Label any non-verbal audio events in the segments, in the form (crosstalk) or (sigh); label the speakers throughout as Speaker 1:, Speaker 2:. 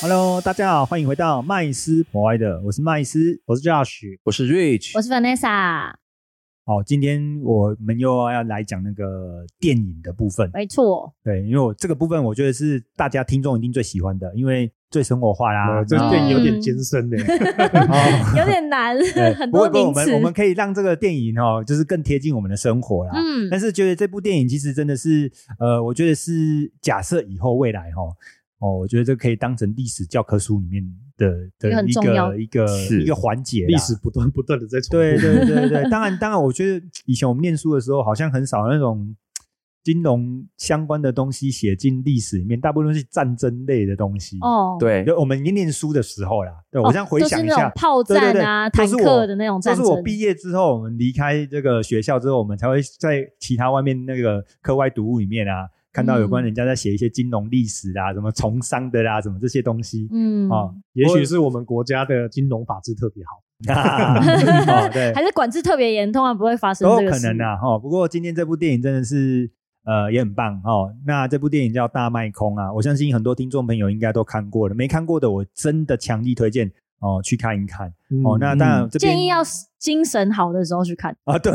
Speaker 1: Hello，大家好，欢迎回到麦斯 Provider，我是麦斯，我是 Josh。
Speaker 2: 我是 Rich，
Speaker 3: 我是 Vanessa，
Speaker 1: 好，哦今天我们又要来讲那个电影的部分。
Speaker 3: 没错，
Speaker 1: 对，因为我这个部分我觉得是大家听众一定最喜欢的，因为最生活化啦。
Speaker 4: 啊，这
Speaker 1: 然后
Speaker 4: 电影有点艰深呢。
Speaker 1: 哦
Speaker 3: (laughs) 有点难，
Speaker 1: 对
Speaker 3: 很
Speaker 1: 不会
Speaker 3: 多
Speaker 1: 不会，我
Speaker 3: 名
Speaker 1: 们我们
Speaker 3: 词。
Speaker 1: 可以让这个电影哦，就是更贴近我们的生活啦。
Speaker 3: 嗯，
Speaker 1: (laughs) 但是觉得这部电影其实真的是，呃，我觉得是假设以后未来哈，哦，我觉得这可以当成历史教科书里面的
Speaker 3: 一个
Speaker 1: 的
Speaker 3: 很
Speaker 1: 一
Speaker 3: 重要
Speaker 1: 个一个
Speaker 2: 是
Speaker 1: 一个环节啦，
Speaker 4: 历史不断不断的在重复，
Speaker 1: 对对对对，当
Speaker 3: (laughs)
Speaker 1: 然当然，我觉得以前我们念书的时候，好像很少那种金融相关的东西写进历史里面，大部分都是战争类的东西。，
Speaker 3: 哦，
Speaker 2: 对
Speaker 1: 就我们念书的时候啦，对
Speaker 3: 哦，
Speaker 1: 我这样回想一
Speaker 3: 就是那
Speaker 1: 下
Speaker 3: 种，炮
Speaker 1: 对对
Speaker 3: 战
Speaker 1: 对
Speaker 3: 啊、
Speaker 1: 都
Speaker 3: 坦
Speaker 1: 是我
Speaker 3: 克的那种
Speaker 1: 这
Speaker 3: 战
Speaker 1: 是
Speaker 3: 争。
Speaker 1: 我毕业之后，我们离开这个学校之后，我们才会在其他外面那个课外读物里面啊，看到有
Speaker 3: 嗯
Speaker 1: 关人家在写一些金融历史啊、什么从商的啦、什么这些东西
Speaker 3: 嗯， (laughs)
Speaker 1: 啊。
Speaker 4: 也许是我们国家的金融法制特
Speaker 1: (laughs)
Speaker 4: 别好。
Speaker 1: 啊，对，
Speaker 3: 还是管制特别严，通常不会发生
Speaker 1: 都
Speaker 3: 这
Speaker 1: 有
Speaker 3: 个
Speaker 1: 可
Speaker 3: 事。
Speaker 1: 能啊，哈、不过今天这部电影真的是呃也很棒哦。那这部电影叫《大卖空》啊，我相信很多听众朋友应该都看过了，没看过的我真的强力推荐哦去看一看
Speaker 4: 嗯
Speaker 1: 哦。那当然这边
Speaker 3: 建议要精神好的时候去看。
Speaker 1: 啊，对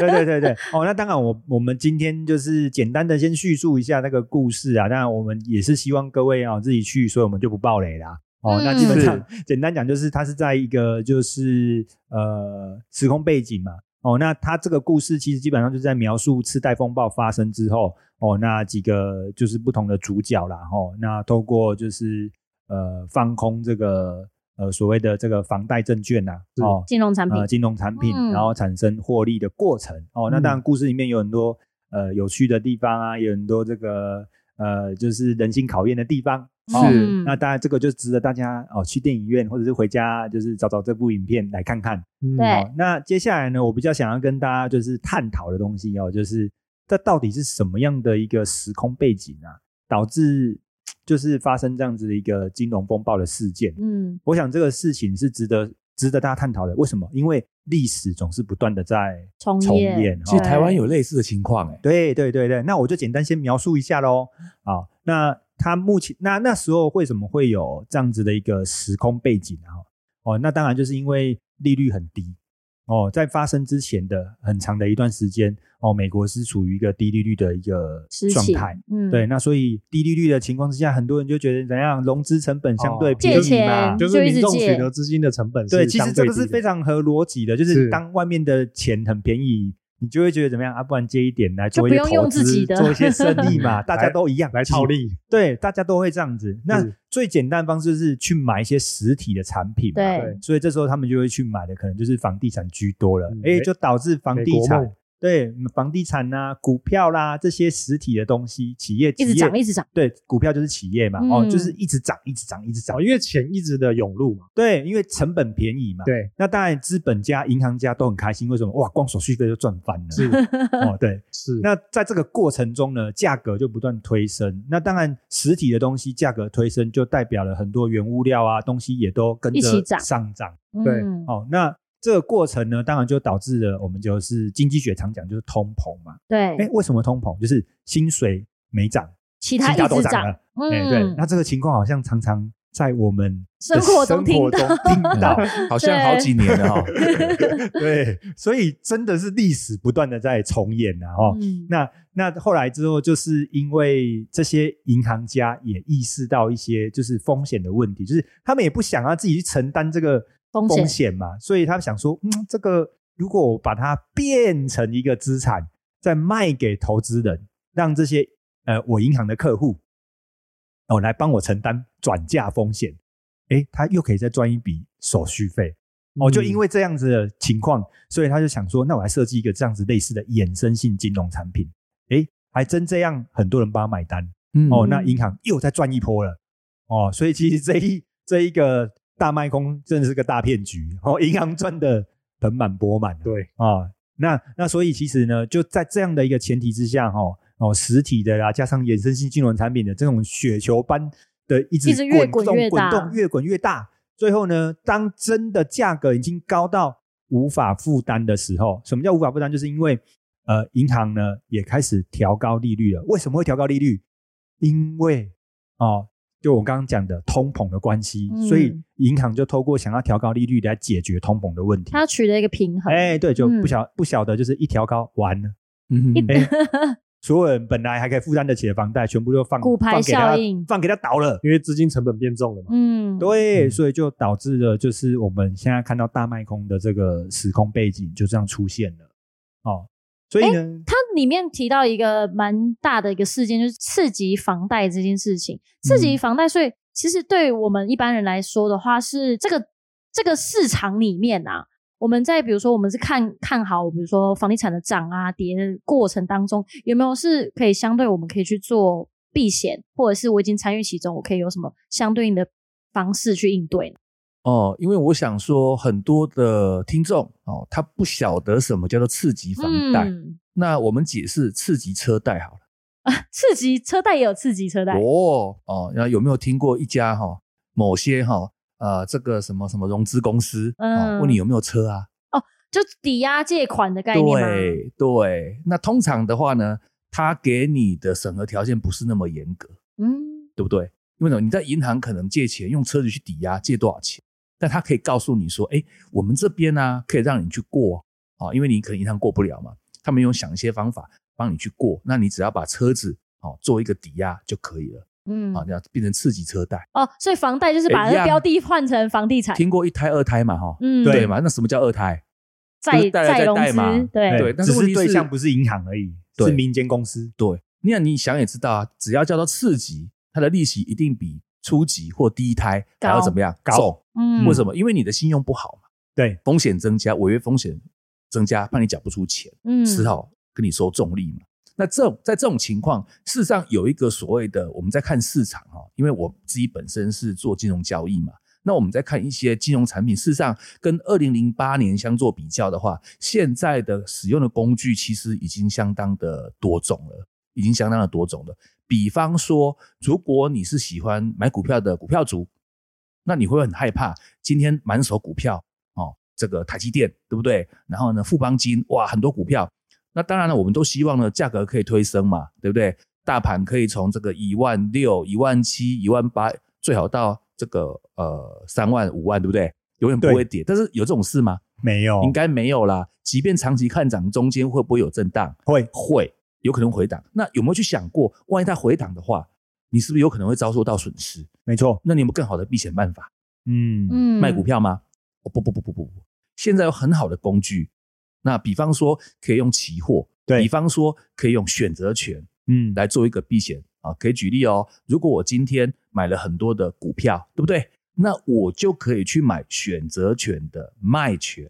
Speaker 1: 对对对对哦。那当然我我们今天就是简单的先叙述一下那个故事啊，当然我们也是希望各位啊、自己去，所以我们就不爆雷啦。哦，那基本上 (laughs) 简单讲就是，它是在一个就是呃时空背景嘛。哦，那它这个故事其实基本上就是在描述次贷风暴发生之后，哦，那几个就是不同的主角啦，哦，那透过就是呃放空这个呃所谓的这个房贷证券呐、
Speaker 4: 是
Speaker 1: 哦，
Speaker 3: 金融产品
Speaker 1: 呃金融产品，
Speaker 3: 嗯
Speaker 1: 然后产生获利的过程。哦，那当然故事里面有很多呃有趣的地方啊，有很多这个呃就是人性考验的地方。哦
Speaker 2: 是
Speaker 3: 嗯
Speaker 1: 那当然，这个就值得大家哦去电影院或者是回家，就是找找这部影片来看看。
Speaker 4: 嗯
Speaker 3: 对
Speaker 1: 哦，那接下来呢，我比较想要跟大家就是探讨的东西哦，就是这到底是什么样的一个时空背景啊，导致就是发生这样子的一个金融风暴的事件。啊
Speaker 3: 嗯，
Speaker 1: 我想这个事情是值得值得大家探讨的。为什么？因为历史总是不断的在
Speaker 3: 重
Speaker 1: 重
Speaker 3: 演
Speaker 1: 演。
Speaker 2: 其实
Speaker 1: 哦
Speaker 2: 台湾有类似的情况哎、
Speaker 1: 对对对对，那我就简单先描述一下喽。好，那他目前那那时候为什么会有这样子的一个时空背景啊？哦，那当然就是因为利率很低哦，在发生之前的很长的一段时间哦，美国是处于一个低利率的一个
Speaker 3: 事
Speaker 1: 状
Speaker 3: 情
Speaker 1: 态。，
Speaker 3: 嗯，
Speaker 1: 对，，那所以低利率的情况之下，很多人就觉得怎样融资成本相对
Speaker 4: 哦
Speaker 1: 便
Speaker 3: 借
Speaker 1: 宜嘛，
Speaker 3: 钱
Speaker 4: 就是民众
Speaker 3: 就一直
Speaker 4: 取
Speaker 3: 借
Speaker 4: 得资金的成本是
Speaker 1: 对，其实
Speaker 4: 相对
Speaker 1: 这个是
Speaker 4: 低的
Speaker 1: 非常合逻辑的，就是
Speaker 4: 是
Speaker 1: 当外面的钱很便宜，你就会觉得怎么样啊？不然借一点来做一
Speaker 3: 就
Speaker 1: 些
Speaker 3: 不用用
Speaker 1: 投资
Speaker 3: 自己的
Speaker 1: 做一些生意
Speaker 4: (laughs)
Speaker 1: 嘛，大家都一样
Speaker 4: 来套，利，
Speaker 1: 对，大家都会这样子。那
Speaker 4: 是
Speaker 1: 最简单的方式是去买一些实体的产品嘛，
Speaker 3: 对
Speaker 4: 对
Speaker 1: 所以这时候他们就会去买的可能就是房地产居多了
Speaker 4: 嗯，
Speaker 1: 哎，
Speaker 4: 美
Speaker 1: 就导致房
Speaker 4: 美
Speaker 1: 地
Speaker 4: 国
Speaker 1: 产
Speaker 4: 梦。
Speaker 1: 对嗯房地产呐、股票啦、这些实体的东西，企业
Speaker 3: 一直
Speaker 1: 企业
Speaker 3: 涨，一直涨。
Speaker 1: 对，股票就是企业嘛，哦，
Speaker 3: 嗯
Speaker 1: 就是一直涨，一直涨，一直涨
Speaker 4: 哦，。因为钱一直的涌入嘛，
Speaker 1: 对，因为成本便宜嘛，
Speaker 4: 啊对，
Speaker 1: 那当然，资本家、银行家都很开心，为什么？哇，光手续费就赚翻了。
Speaker 4: 是
Speaker 1: 哦，对。
Speaker 4: 是
Speaker 1: (laughs)
Speaker 4: 嗯
Speaker 1: 那在这个过程中呢，价格就不断推升。那当然，实体的东西价格推升，就代表了很多原物料啊，东西也都跟
Speaker 3: 一起
Speaker 1: 着
Speaker 3: 涨
Speaker 1: 上涨。
Speaker 4: 对
Speaker 3: 嗯
Speaker 1: 哦，那这个过程呢，当然就导致了我们就是经济学常讲就是通膨嘛。哎
Speaker 3: 对，，
Speaker 1: 为什么通膨？就是薪水没涨，
Speaker 3: 其
Speaker 1: 其
Speaker 3: 他
Speaker 1: 他
Speaker 3: 一
Speaker 1: 都
Speaker 3: 直
Speaker 1: 涨
Speaker 3: 涨
Speaker 1: 了。。哎、
Speaker 3: 嗯
Speaker 1: 对，那这个情况好像常常在我们的
Speaker 3: 生活中听
Speaker 1: 生活
Speaker 3: 到
Speaker 1: 中听到。
Speaker 2: (laughs) 好像好几年了哈。
Speaker 1: 对，所以真的是历史不断的在重演啊！哦，
Speaker 3: 嗯
Speaker 1: 那那后来之后，就是因为这些银行家也意识到一些就是风险的问题，就是他们也不想要自己去承担这个
Speaker 3: 风险
Speaker 1: 风险嘛，所以他们想说，嗯，这个如果我把它变成一个资产，再卖给投资人，让这些呃我银行的客户哦来帮我承担转嫁风险，诶，他又可以再赚一笔手续费。哦，就因为这样子的情况，所以他就想说，那我来设计一个这样子类似的衍生性金融产品。诶，还真这样，很多人帮他买单。
Speaker 2: 嗯
Speaker 1: 哦哦，那银行又再赚一波了。哦，所以其实这一这一个大卖空真的是个大骗局，哦，银行赚的盆满钵满啊。
Speaker 4: 对，
Speaker 1: 啊、那那所以其实呢，就在这样的一个前提之下，哈、哦，实体的啦，加上衍生性金融产品的这种雪球般的一直
Speaker 3: 一直越
Speaker 1: 滚
Speaker 3: 滚
Speaker 1: 动
Speaker 3: 越
Speaker 1: 滚
Speaker 3: 大
Speaker 1: 动，越滚越大，最后呢，当真的价格已经高到无法负担的时候，什么叫无法负担？就是因为呃，银行呢也开始调高利率了。为什么会调高利率？因为哦，就我刚刚讲的通膨的关系，所以
Speaker 3: 嗯
Speaker 1: 银行就透过想要调高利率来解决通膨的问题。
Speaker 3: 它取得一个平衡，
Speaker 1: 哎，对，就
Speaker 3: 嗯
Speaker 1: 不晓、不晓得，就是一调高完了，
Speaker 2: 嗯哼，
Speaker 1: 哎，所有人本来还可以负担得起的房贷，全部都放
Speaker 3: 骨牌
Speaker 1: 放给
Speaker 3: 效
Speaker 1: 他
Speaker 3: 应
Speaker 1: 放给他倒了。
Speaker 4: 因为资金成本变重了嘛。
Speaker 3: 嗯，
Speaker 1: 对，
Speaker 2: 嗯
Speaker 1: 所以就导致了，就是我们现在看到大卖空的这个时空背景就这样出现了。哦，所
Speaker 3: 哎
Speaker 1: 以呢，
Speaker 3: 它里面提到一个蛮大的一个事件，就是次级房贷这件事情。次
Speaker 2: 嗯
Speaker 3: 级房贷税其实对我们一般人来说的话，是这个这个市场里面啊，我们在比如说我们是看看好，比如说房地产的涨啊跌的过程当中，有没有是可以相对我们可以去做避险，或者是我已经参与其中，我可以有什么相对应的方式去应对呢？
Speaker 2: 哦，因为我想说，很多的听众哦，他不晓得什么叫做次级房贷。
Speaker 3: 嗯， (laughs)
Speaker 2: 那我们解释次级车贷好了。
Speaker 3: 次级车贷也有次级车贷，
Speaker 2: 哦哦，然后有没有听过一家哈、某些哈、呃这个什么什么融资公司、
Speaker 3: 嗯
Speaker 2: 哦、问你有没有车啊？
Speaker 3: 就抵押借款的概念吗？
Speaker 2: 对对，那通常的话呢，他给你的审核条件不是那么严格，
Speaker 3: 嗯。
Speaker 2: 对不对？因为什么？你在银行可能借钱用车子去抵押，借多少钱？但他可以告诉你说，哎，我们这边呢、啊可以让你去过啊、因为你可能银行过不了嘛，他们有想一些方法帮你去过，那你只要把车子哦做一个抵押就可以了
Speaker 3: 嗯，
Speaker 2: 啊，这样变成次级车贷。
Speaker 3: 哦，所以房贷就是
Speaker 2: 哎
Speaker 3: 把
Speaker 2: 一
Speaker 3: 那
Speaker 2: 样
Speaker 3: 个标的换成房地产，
Speaker 2: 听过一胎二胎嘛哈？
Speaker 3: 嗯，
Speaker 1: 对
Speaker 2: 对嘛？那什么叫二胎？就是
Speaker 3: 再
Speaker 2: 贷了再
Speaker 3: 融
Speaker 2: 贷嘛
Speaker 3: 资，对，
Speaker 2: 对但是
Speaker 1: 哎只
Speaker 2: 问题
Speaker 1: 是对
Speaker 2: 是
Speaker 1: 象不是银行而已，
Speaker 2: 对
Speaker 1: 是民间公司。
Speaker 2: 对，那你想也知道啊，只要叫做次级，它的利息一定比初级或第一胎还要
Speaker 3: 高
Speaker 2: 怎么样？
Speaker 1: 高
Speaker 2: 重
Speaker 3: 嗯，
Speaker 2: 为什么？因为你的信用不好嘛，
Speaker 1: 对，
Speaker 2: 风险增加，违约风险增加，怕你缴不出钱，
Speaker 3: 嗯，
Speaker 2: 只好跟你收重利嘛。那这种在这种情况，事实上有一个所谓的，我们在看市场哈、哦，因为我自己本身是做金融交易嘛，那我们在看一些金融产品，事实上跟二零零八年相做比较的话，现在的使用的工具其实已经相当的多种了，已经相当的多种了。比方说，如果你是喜欢买股票的股票族，那你会很害怕今天满手股票哦，这个台积电对不对？然后呢，富邦金哇，很多股票。那当然了，我们都希望呢，价格可以推升嘛，对不对？大盘可以从这个一万六、一万七、一万八，最好到这个呃三万、五万，对不对？永远不会跌。但是有这种事吗？
Speaker 1: 没有，
Speaker 2: 应该没有啦。即便长期看涨，中间会不会有震荡？
Speaker 1: 会
Speaker 2: 会有可能回档。那有没有去想过，万一它回档的话，你是不是有可能会遭受到损失？
Speaker 1: 没错。
Speaker 2: 那你有没有更好的避险办法？
Speaker 1: 嗯，
Speaker 3: 嗯
Speaker 2: 卖股，票吗？哦，不不不不不不，现在有很好的工具。那比方说可以用期货，
Speaker 1: 对
Speaker 2: 比方说可以用选择权
Speaker 1: 嗯，
Speaker 2: 来做一个避险啊。可以举例哦，如果我今天买了很多的股票，对不对？那我就可以去买选择权的卖权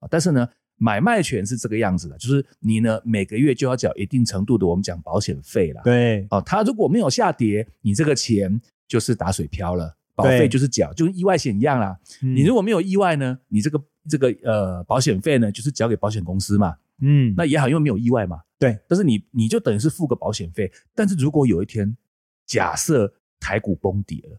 Speaker 2: 啊。但是呢，买卖权是这个样子的，就是你呢每个月就要缴一定程度的我们讲保险费啦。
Speaker 1: 对，
Speaker 2: 哦，它如果没有下跌，你这个钱就是打水漂了，保
Speaker 1: 对
Speaker 2: 费就是缴，就跟意外险一样啦。你
Speaker 1: 嗯
Speaker 2: 如果没有意外呢，你这个这个呃保险费呢，就是交给保险公司嘛。
Speaker 1: 嗯，
Speaker 2: 那也好，因为没有意外嘛。
Speaker 1: 对，
Speaker 2: 但是你你就等于是付个保险费。但是如果有一天，假设台股崩跌了，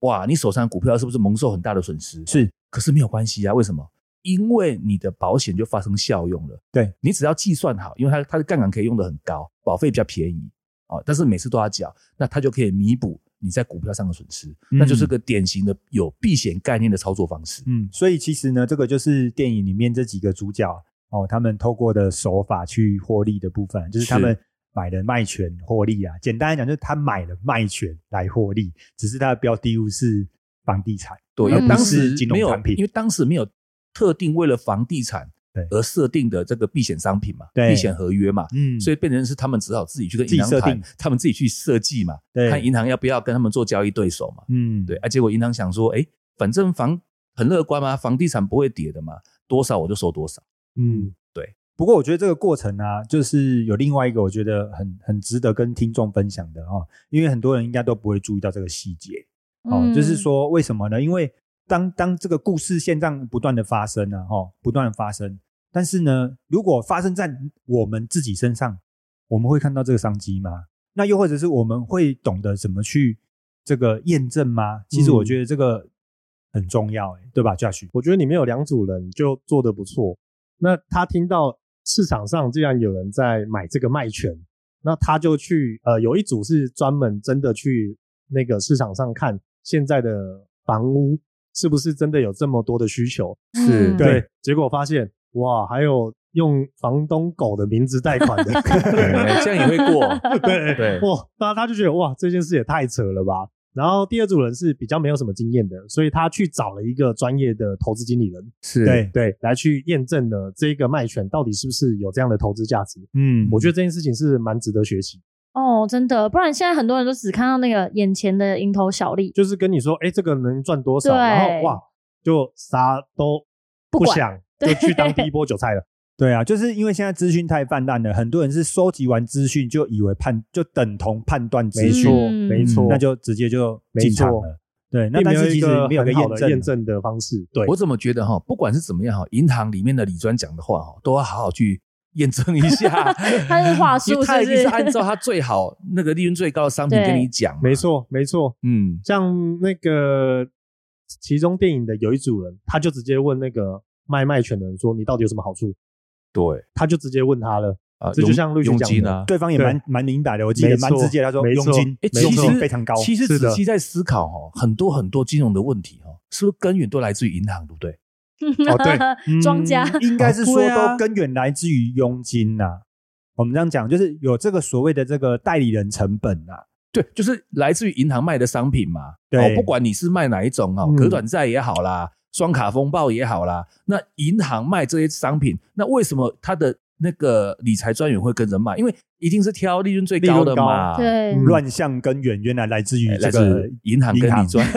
Speaker 2: 哇，你手上的股票是不是蒙受很大的损失？
Speaker 1: 是，
Speaker 2: 可是没有关系啊，为什么？因为你的保险就发生效用了。
Speaker 1: 对，
Speaker 2: 你只要计算好，因为它它的杠杆可以用的很高，保费比较便宜哦，但是每次都要缴，那它就可以弥补你在股票上的损失。那就是个典型的有避险概念的操作方式。
Speaker 1: 嗯，所以其实呢，这个就是电影里面这几个主角哦，他们透过的手法去获利的部分，就是他
Speaker 2: 是
Speaker 1: 们买了卖权获利啊。简单来讲，就是他买了卖权来获利，只是他的标的物是房地产。
Speaker 2: 对，
Speaker 3: 嗯
Speaker 2: 因为当
Speaker 1: 而不
Speaker 2: 时
Speaker 1: 是金融
Speaker 2: 没有
Speaker 1: 产，品
Speaker 2: 因为当时没有特定为了房地产
Speaker 1: 对
Speaker 2: 而设定的这个避险商品嘛，
Speaker 1: 对
Speaker 2: 避险合约嘛，
Speaker 1: 嗯
Speaker 2: 所以变成是他们只好自己去跟银
Speaker 1: 自
Speaker 2: 行
Speaker 1: 己设
Speaker 2: 谈
Speaker 1: 定，
Speaker 2: 他们自己去设计嘛，
Speaker 1: 对
Speaker 2: 看银行要不要跟他们做交易对手嘛，
Speaker 1: 嗯，
Speaker 2: 对，啊，结果银行想说，哎，反正房很乐观嘛，房地产不会跌的嘛，多少我就
Speaker 1: (laughs)
Speaker 2: 收多少，
Speaker 1: 嗯，
Speaker 2: 对。
Speaker 1: 不过我觉得这个过程啊，就是有另外一个我觉得很很值得跟听众分享的哦，因为很多人应该都不会注意到这个细节哦，就是
Speaker 3: 嗯，
Speaker 1: 说为什么呢？因为当当这个故事现象不断的发生啊，哈，不断的发生。但是呢，如果发生在我们自己身上，我们会看到这个商机吗？那又或者是我们会懂得怎么去这个验证吗？其实我觉得这个很重要、欸，对吧，Josh？
Speaker 4: 我觉得里面有两组人就做得不错。那他听到市场上既然有人在买这个卖权，那他就去呃，有一组是专门真的去那个市场上看现在的房屋是不是真的有这么多的需求。
Speaker 2: 是
Speaker 3: 嗯
Speaker 1: 对
Speaker 4: 对，结果发现哇，还有用房东狗的名字贷款的，
Speaker 2: 对哎这样也会过。
Speaker 4: 对
Speaker 2: 对
Speaker 4: 哇，那他就觉得哇，这件事也太扯了吧。然后第二组人是比较没有什么经验的，所以他去找了一个专业的投资经理人，
Speaker 2: 是
Speaker 1: 对
Speaker 4: 对，来去验证了这个卖权到底是不是有这样的投资价值。
Speaker 1: 嗯，
Speaker 4: (laughs) 我觉得这件事情是蛮值得学习，
Speaker 3: 哦，真的，不然现在很多人都只看到那个眼前的蝇头小利，
Speaker 4: 就是跟你说，哎，这个能赚多少，
Speaker 3: 对
Speaker 4: 然后哇，就啥都
Speaker 3: 不
Speaker 4: 不
Speaker 3: 管
Speaker 4: 想，就
Speaker 3: 对
Speaker 4: 去当第一波韭菜了。
Speaker 1: 对啊，就是因为现在资讯太泛滥了，很多人是收集完资讯就以为判就等同判断资
Speaker 4: 没
Speaker 1: 讯
Speaker 4: 错，，
Speaker 3: (laughs) 嗯
Speaker 4: 没错，
Speaker 1: 那就直接就
Speaker 4: 没
Speaker 1: 进场
Speaker 4: 错
Speaker 1: 了。对，那
Speaker 4: 并
Speaker 1: 但
Speaker 4: 没有
Speaker 1: 是其
Speaker 4: 一
Speaker 1: 实
Speaker 4: 个
Speaker 1: 没有个
Speaker 4: 很好的
Speaker 1: 验
Speaker 4: 验
Speaker 1: 证。
Speaker 4: 证的方式。对，
Speaker 2: 我怎么觉得哈，不管是怎么样哈，银行里面的李专讲的话哈，都要好好去验证一下。
Speaker 3: 他是话术
Speaker 2: 因为他一定
Speaker 3: 是
Speaker 2: 是
Speaker 3: 不是
Speaker 2: 按照他最好那个利润最高的商品跟你讲嘛。
Speaker 4: 没错，没错。
Speaker 2: 嗯，
Speaker 4: 像那个其中电影的有一组人，他就直接问那个卖卖权的人说：“你到底有什么好处
Speaker 2: 对？”
Speaker 4: 他就直接问他了。
Speaker 2: 啊，
Speaker 4: 这就
Speaker 2: 佣
Speaker 4: 像瑞雪
Speaker 2: 佣
Speaker 4: 讲
Speaker 2: 金
Speaker 4: 的
Speaker 2: 啊。
Speaker 1: 对方也
Speaker 4: 对
Speaker 1: 蛮蛮明白的，我记得
Speaker 4: 没
Speaker 1: 蛮
Speaker 4: 错
Speaker 1: 直接，他说
Speaker 4: 没
Speaker 1: 佣
Speaker 4: 错
Speaker 1: 金，
Speaker 2: 哎，
Speaker 1: 佣
Speaker 2: 其
Speaker 1: 金
Speaker 2: 实
Speaker 1: 非常高，
Speaker 2: 其实
Speaker 4: 是的
Speaker 2: 仔细在思考哦，很多很多金融的问题哦，是不是根源都来自于银行，对不对？
Speaker 4: 哦对
Speaker 3: (laughs) 庄家
Speaker 1: 嗯 (laughs) 应该是说
Speaker 2: 哦对啊
Speaker 1: 都根源来自于佣金呐、我们这样讲，就是有这个所谓的这个代理人成本啊呐、
Speaker 2: 对，就是来自于银行卖的商品嘛。
Speaker 1: 对
Speaker 2: 哦，不管你是卖哪一种哦
Speaker 4: 嗯，
Speaker 2: 可转债也好啦，双卡风暴也好啦，那银行卖这些商品，那为什么他的那个理财专员会跟着卖？因为一定是挑利润最高的嘛。
Speaker 3: 对
Speaker 4: 嗯
Speaker 1: 乱象根源原来啊来自于
Speaker 2: 哎，
Speaker 1: 这
Speaker 2: 来
Speaker 1: 个
Speaker 2: 自银行跟
Speaker 1: 银行
Speaker 2: 理专，
Speaker 4: (laughs)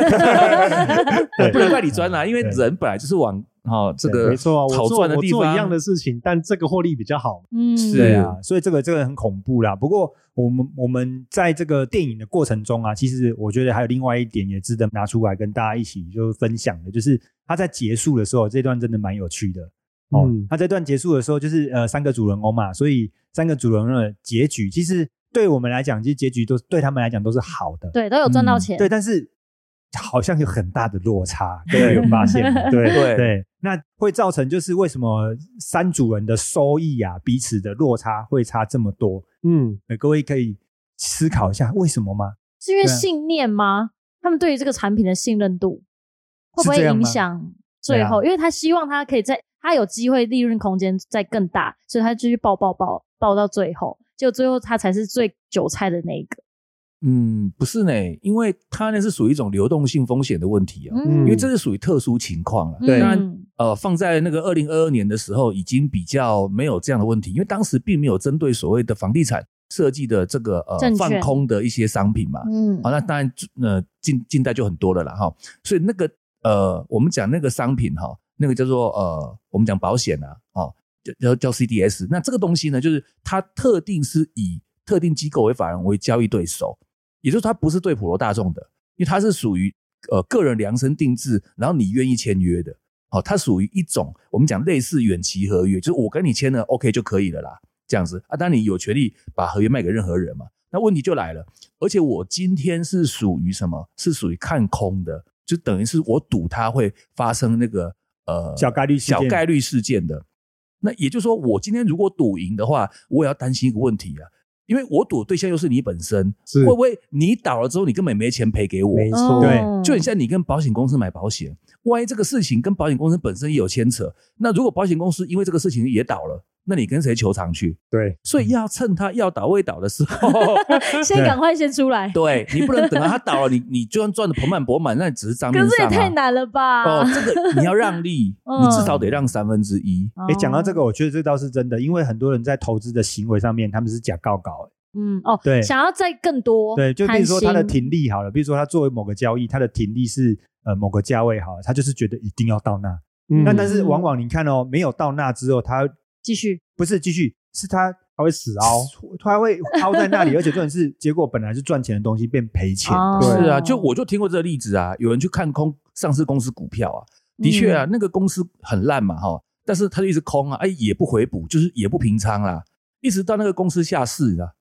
Speaker 1: 对
Speaker 2: 不能怪理专啦，因为人本来就是往哦这
Speaker 4: 对
Speaker 2: 个
Speaker 4: 没错啊，我
Speaker 2: 炒
Speaker 4: 做
Speaker 2: 赚的
Speaker 4: 我
Speaker 2: 地
Speaker 4: 做
Speaker 2: 方
Speaker 4: 一样的事情，但这个获利比较好。
Speaker 3: 嗯，
Speaker 1: 对
Speaker 2: 是
Speaker 1: 啊，所以这个这个很恐怖啦。不过我们我们在这个电影的过程中啊，其实我觉得还有另外一点也值得拿出来跟大家一起就是分享的，就是他在结束的时候这段真的蛮有趣的。哦，
Speaker 4: 嗯
Speaker 1: 他这段结束的时候就是呃三个主人公嘛，所以三个主人公的结局其实对我们来讲，其实结局都是对他们来讲都是好的，嗯
Speaker 3: 对，都有
Speaker 2: 嗯
Speaker 3: 赚到钱，
Speaker 1: 对，但是好像有很大的落
Speaker 2: (laughs)
Speaker 1: 差，各位有发现吗？对
Speaker 2: 对
Speaker 1: 对，那会造成就是为什么三组人的收益啊，彼此的落差会差这么多？
Speaker 4: 嗯，
Speaker 1: 呃，各位可以思考一下为什么吗？
Speaker 3: 是因为
Speaker 1: 对啊
Speaker 3: 信念吗？他们对于这个产品的信任度会
Speaker 1: 是
Speaker 3: 不会
Speaker 1: 这样吗啊
Speaker 3: 影响最后？因为他希望他可以在他有机会利润空间再更大，所以他继续爆爆爆爆到最后，结果最后他才是最韭菜的那一个。
Speaker 2: 嗯，不是呢，因为它呢是属于一种流动性风险的问题啊，
Speaker 4: 嗯
Speaker 2: 因为这是属于特殊情况了。
Speaker 3: 嗯
Speaker 1: 对
Speaker 2: 当然呃，放在那个二零二二年的时候，已经比较没有这样的问题，因为当时并没有针对所谓的房地产设计的这个
Speaker 3: 证
Speaker 2: 呃
Speaker 3: 券
Speaker 2: 放空的一些商品嘛。
Speaker 3: 嗯
Speaker 2: 好、那当然，呃，近近代就很多了啦哈。所以那个呃，我们讲那个商品哈，那个叫做呃，我们讲保险啊，哦，叫叫叫 CDS。那这个东西呢，就是它特定是以特定机构为法人为交易对手，也就是它不是对普罗大众的，因为它是属于呃个人量身定制，然后你愿意签约的。哦，它属于一种我们讲类似远期合约，就是我跟你签了 OK 就可以了啦，这样子啊。当然你有权利把合约卖给任何人嘛。那问题就来了，而且我今天是属于什么？是属于看空的，就等于是我赌它会发生那个呃
Speaker 1: 小概率事件
Speaker 2: 小概率事件的。那也就是说，我今天如果赌赢的话，我也要担心一个问题啊，因为我赌对象又是你本身，
Speaker 4: 是
Speaker 2: 会不会你倒了之后你根本没钱赔给我？
Speaker 4: 没错，
Speaker 3: 哦
Speaker 1: 对
Speaker 3: 嗯
Speaker 2: 就很像你跟保险公司买保险，万一这个事情跟保险公司本身也有牵扯，那如果保险公司因为这个事情也倒了，那你跟谁求偿去？
Speaker 4: 对，
Speaker 2: 所以要趁他要倒未倒的时候，
Speaker 3: 先赶快先出来，
Speaker 2: 对你不能等到他倒了，你你就算赚的盆满钵满，那你只是账
Speaker 3: 可
Speaker 2: 面
Speaker 3: 是
Speaker 2: 上、
Speaker 3: 也太
Speaker 2: 啊。
Speaker 3: 难了吧？
Speaker 2: 哦，这个你要让利，
Speaker 3: (laughs) 嗯
Speaker 2: 你至少得让三分之一。
Speaker 1: 诶，讲到这
Speaker 3: 个，
Speaker 1: 个，我觉得这倒是真的，因为很多人在投资的行为上面，他们是假告告、
Speaker 3: 嗯，哦，
Speaker 1: 对
Speaker 3: 想要再更多，
Speaker 1: 对，就比如说
Speaker 3: 贪
Speaker 1: 他的
Speaker 3: 心
Speaker 1: 停利好了，比如说他作为某个交易，他的停利是呃某个价位好了，他就是觉得一定要到那。
Speaker 4: 嗯
Speaker 1: 那但是往往你看哦，没有到那之后，他
Speaker 3: 继续，
Speaker 1: 不是继续，是他
Speaker 4: 它会死凹。
Speaker 1: 它会凹在那里，而且重点是，结果本来是赚钱的东西变赔钱的。
Speaker 3: 哦
Speaker 2: 是啊，就我就听过这个例子啊，有人去看空上市公司股票啊，的确啊，那个公司很烂嘛哈，但是他就一直空啊，哎也不回补，就是也不平仓啦，一直到那个公司下市啊，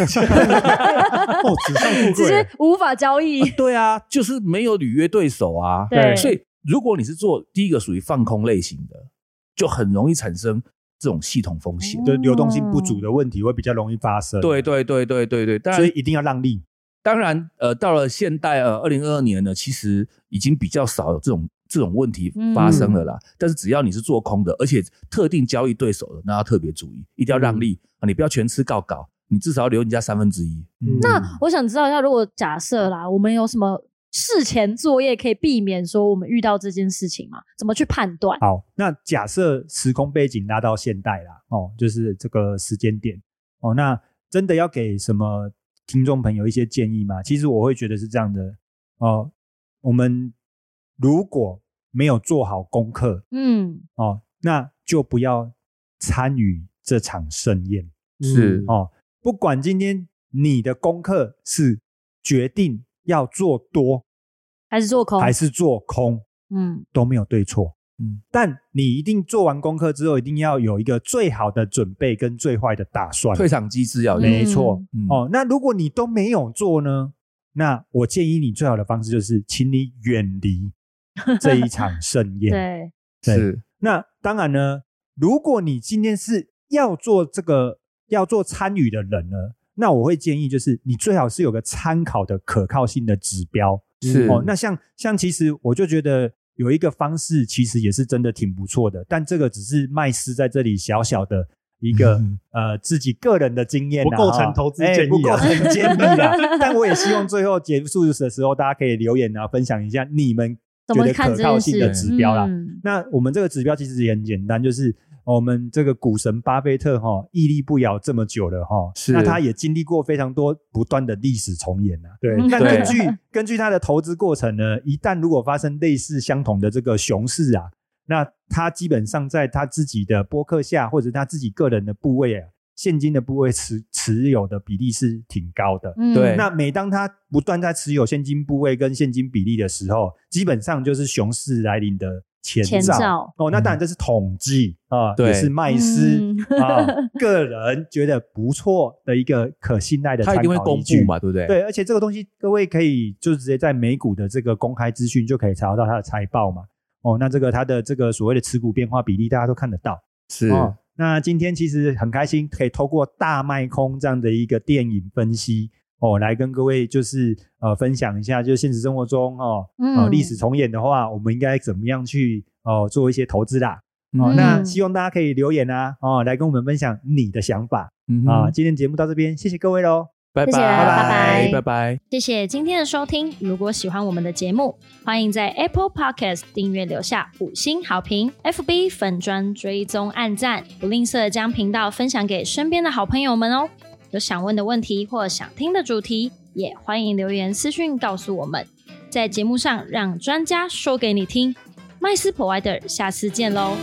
Speaker 4: 哦，纸上富
Speaker 3: 嗯只
Speaker 4: 贵
Speaker 3: 是。无法交
Speaker 1: (laughs)
Speaker 3: 易。
Speaker 2: 对啊，就是没有履约对手啊，
Speaker 4: 对
Speaker 2: 所以如果你是做第一个属于放空类型的，就很容易产生这种系统风险。
Speaker 3: 哦
Speaker 1: 就是流动性不
Speaker 4: 嗯
Speaker 1: 足的问题会比较容易发生。
Speaker 2: 对，对对对对对，当然
Speaker 1: 所以一定要让利。
Speaker 2: 当然，呃，到了现代，呃，二零二二年呢，其实已经比较少有这种这种问题发
Speaker 3: 嗯
Speaker 2: 生了啦。但是只要你是做空的，而且特定交易对手的，那要特别注意，一定要
Speaker 3: 嗯
Speaker 2: 让利、啊！你不要全吃告稿，你至少要留人家三分之一。
Speaker 1: 嗯
Speaker 3: 那我想知道一下，如果假设啦，我们有什么事前作业可以避免说我们遇到这件事情吗？怎么去判断？
Speaker 1: 好，那假设时空背景拉到现代啦，哦，就是这个时间点哦，那真的要给什么听众朋友一些建议吗？其实我会觉得是这样的哦，我们如果没有做好功课
Speaker 3: 嗯，
Speaker 1: 哦，那就不要参与这场盛宴。
Speaker 2: 是
Speaker 4: 哦，
Speaker 1: 哦，不管今天你的功课是决定要做多
Speaker 3: 还是做空？
Speaker 1: 还是做空，
Speaker 3: 嗯
Speaker 1: 都没有对错。
Speaker 2: 嗯，
Speaker 1: 但你一定做完功课之后，一定要有一个最好的准备跟最坏的打算。
Speaker 2: 退场机制要有。
Speaker 1: 没错
Speaker 2: 嗯
Speaker 1: 哦，那如果你都没有做呢？那我建议你最好的方式就是，请你远离这一场盛宴。
Speaker 3: 对，
Speaker 2: 是
Speaker 1: 那当然呢，如果你今天是要做这个要做参与的人呢，那我会建议就是你最好是有个参考的可靠性的指标
Speaker 2: 是
Speaker 1: 哦。那像像其实我就觉得有一个方式，其实也是真的挺不错的，但这个只是麦斯在这里小小的。一个
Speaker 2: 嗯
Speaker 1: 呃自己个人的经验啊、
Speaker 4: 不构成
Speaker 1: 哈
Speaker 4: 投资
Speaker 1: 哎
Speaker 4: 建议啊
Speaker 1: 不构成建议啊。
Speaker 4: (laughs)
Speaker 1: 但我也希望最后结束的时候，大家可以留言啊，分享一下你们
Speaker 3: 怎
Speaker 1: 觉
Speaker 3: 么
Speaker 1: 得
Speaker 3: 看
Speaker 1: 可
Speaker 3: 这
Speaker 1: 靠
Speaker 3: 件
Speaker 1: 性的
Speaker 3: 事
Speaker 1: 指标啦。
Speaker 3: 嗯
Speaker 1: 那我们这个指标其实也很简单，就是哦我们这个股神巴菲特哈、屹立不摇这么久了哈、
Speaker 2: 是
Speaker 1: 那他也经历过非常多不断的历史重演啊。
Speaker 4: 对，
Speaker 3: 嗯
Speaker 1: 那
Speaker 2: 对
Speaker 1: 根据根据他的投资过程呢，一旦如果发生类似相同的这个熊市啊，那他基本上在他自己的播客下或者他自己个人的部位啊，现金的部位持持有的比例是挺高的。
Speaker 3: 嗯
Speaker 2: 对
Speaker 1: 那每当他不断在持有现金部位跟现金比例的时候，基本上就是熊市来临的前兆。
Speaker 3: 前兆
Speaker 1: 哦，那当然这是统计啊，
Speaker 2: 嗯对
Speaker 1: 也是麦斯
Speaker 3: 嗯
Speaker 1: 啊个人觉得不错的一个可信赖的
Speaker 2: 他
Speaker 1: 参
Speaker 2: 一
Speaker 1: 考
Speaker 2: 定会公
Speaker 1: 依据
Speaker 2: 布。嘛，对不对？
Speaker 1: 对，而且这个东西各位可以就直接在美股的这个公开资讯就可以查到它的财报嘛。哦，那这个它的这个所谓的持股变化比例，大家都看得到。
Speaker 2: 是
Speaker 1: 哦，那今天其实很开心，可以透过大卖空这样的一个电影分析哦，来跟各位就是呃分享一下，就是现实生活中哦，呃
Speaker 3: 嗯
Speaker 1: 历史重演的话，我们应该怎么样去哦做一些投资啦。哦，
Speaker 3: 嗯
Speaker 1: 那希望大家可以留言啊，哦，来跟我们分享你的想法啊。
Speaker 2: 啊，
Speaker 1: 今天节目到这边，谢谢各位喽。
Speaker 2: 拜
Speaker 3: 谢谢
Speaker 2: 拜
Speaker 3: 拜拜
Speaker 2: 拜拜。
Speaker 3: 谢谢今天的收听。如果喜欢我们的节目，欢迎在 Apple Podcast 订阅留下五星好评，FB 粉砖追踪按赞，不吝啬将频道分享给身边的好朋友们哦。有想问的问题或想听的主题，也欢迎留言私讯告诉我们，在节目上让专家说给你听。麦斯 Provider，下次见喽。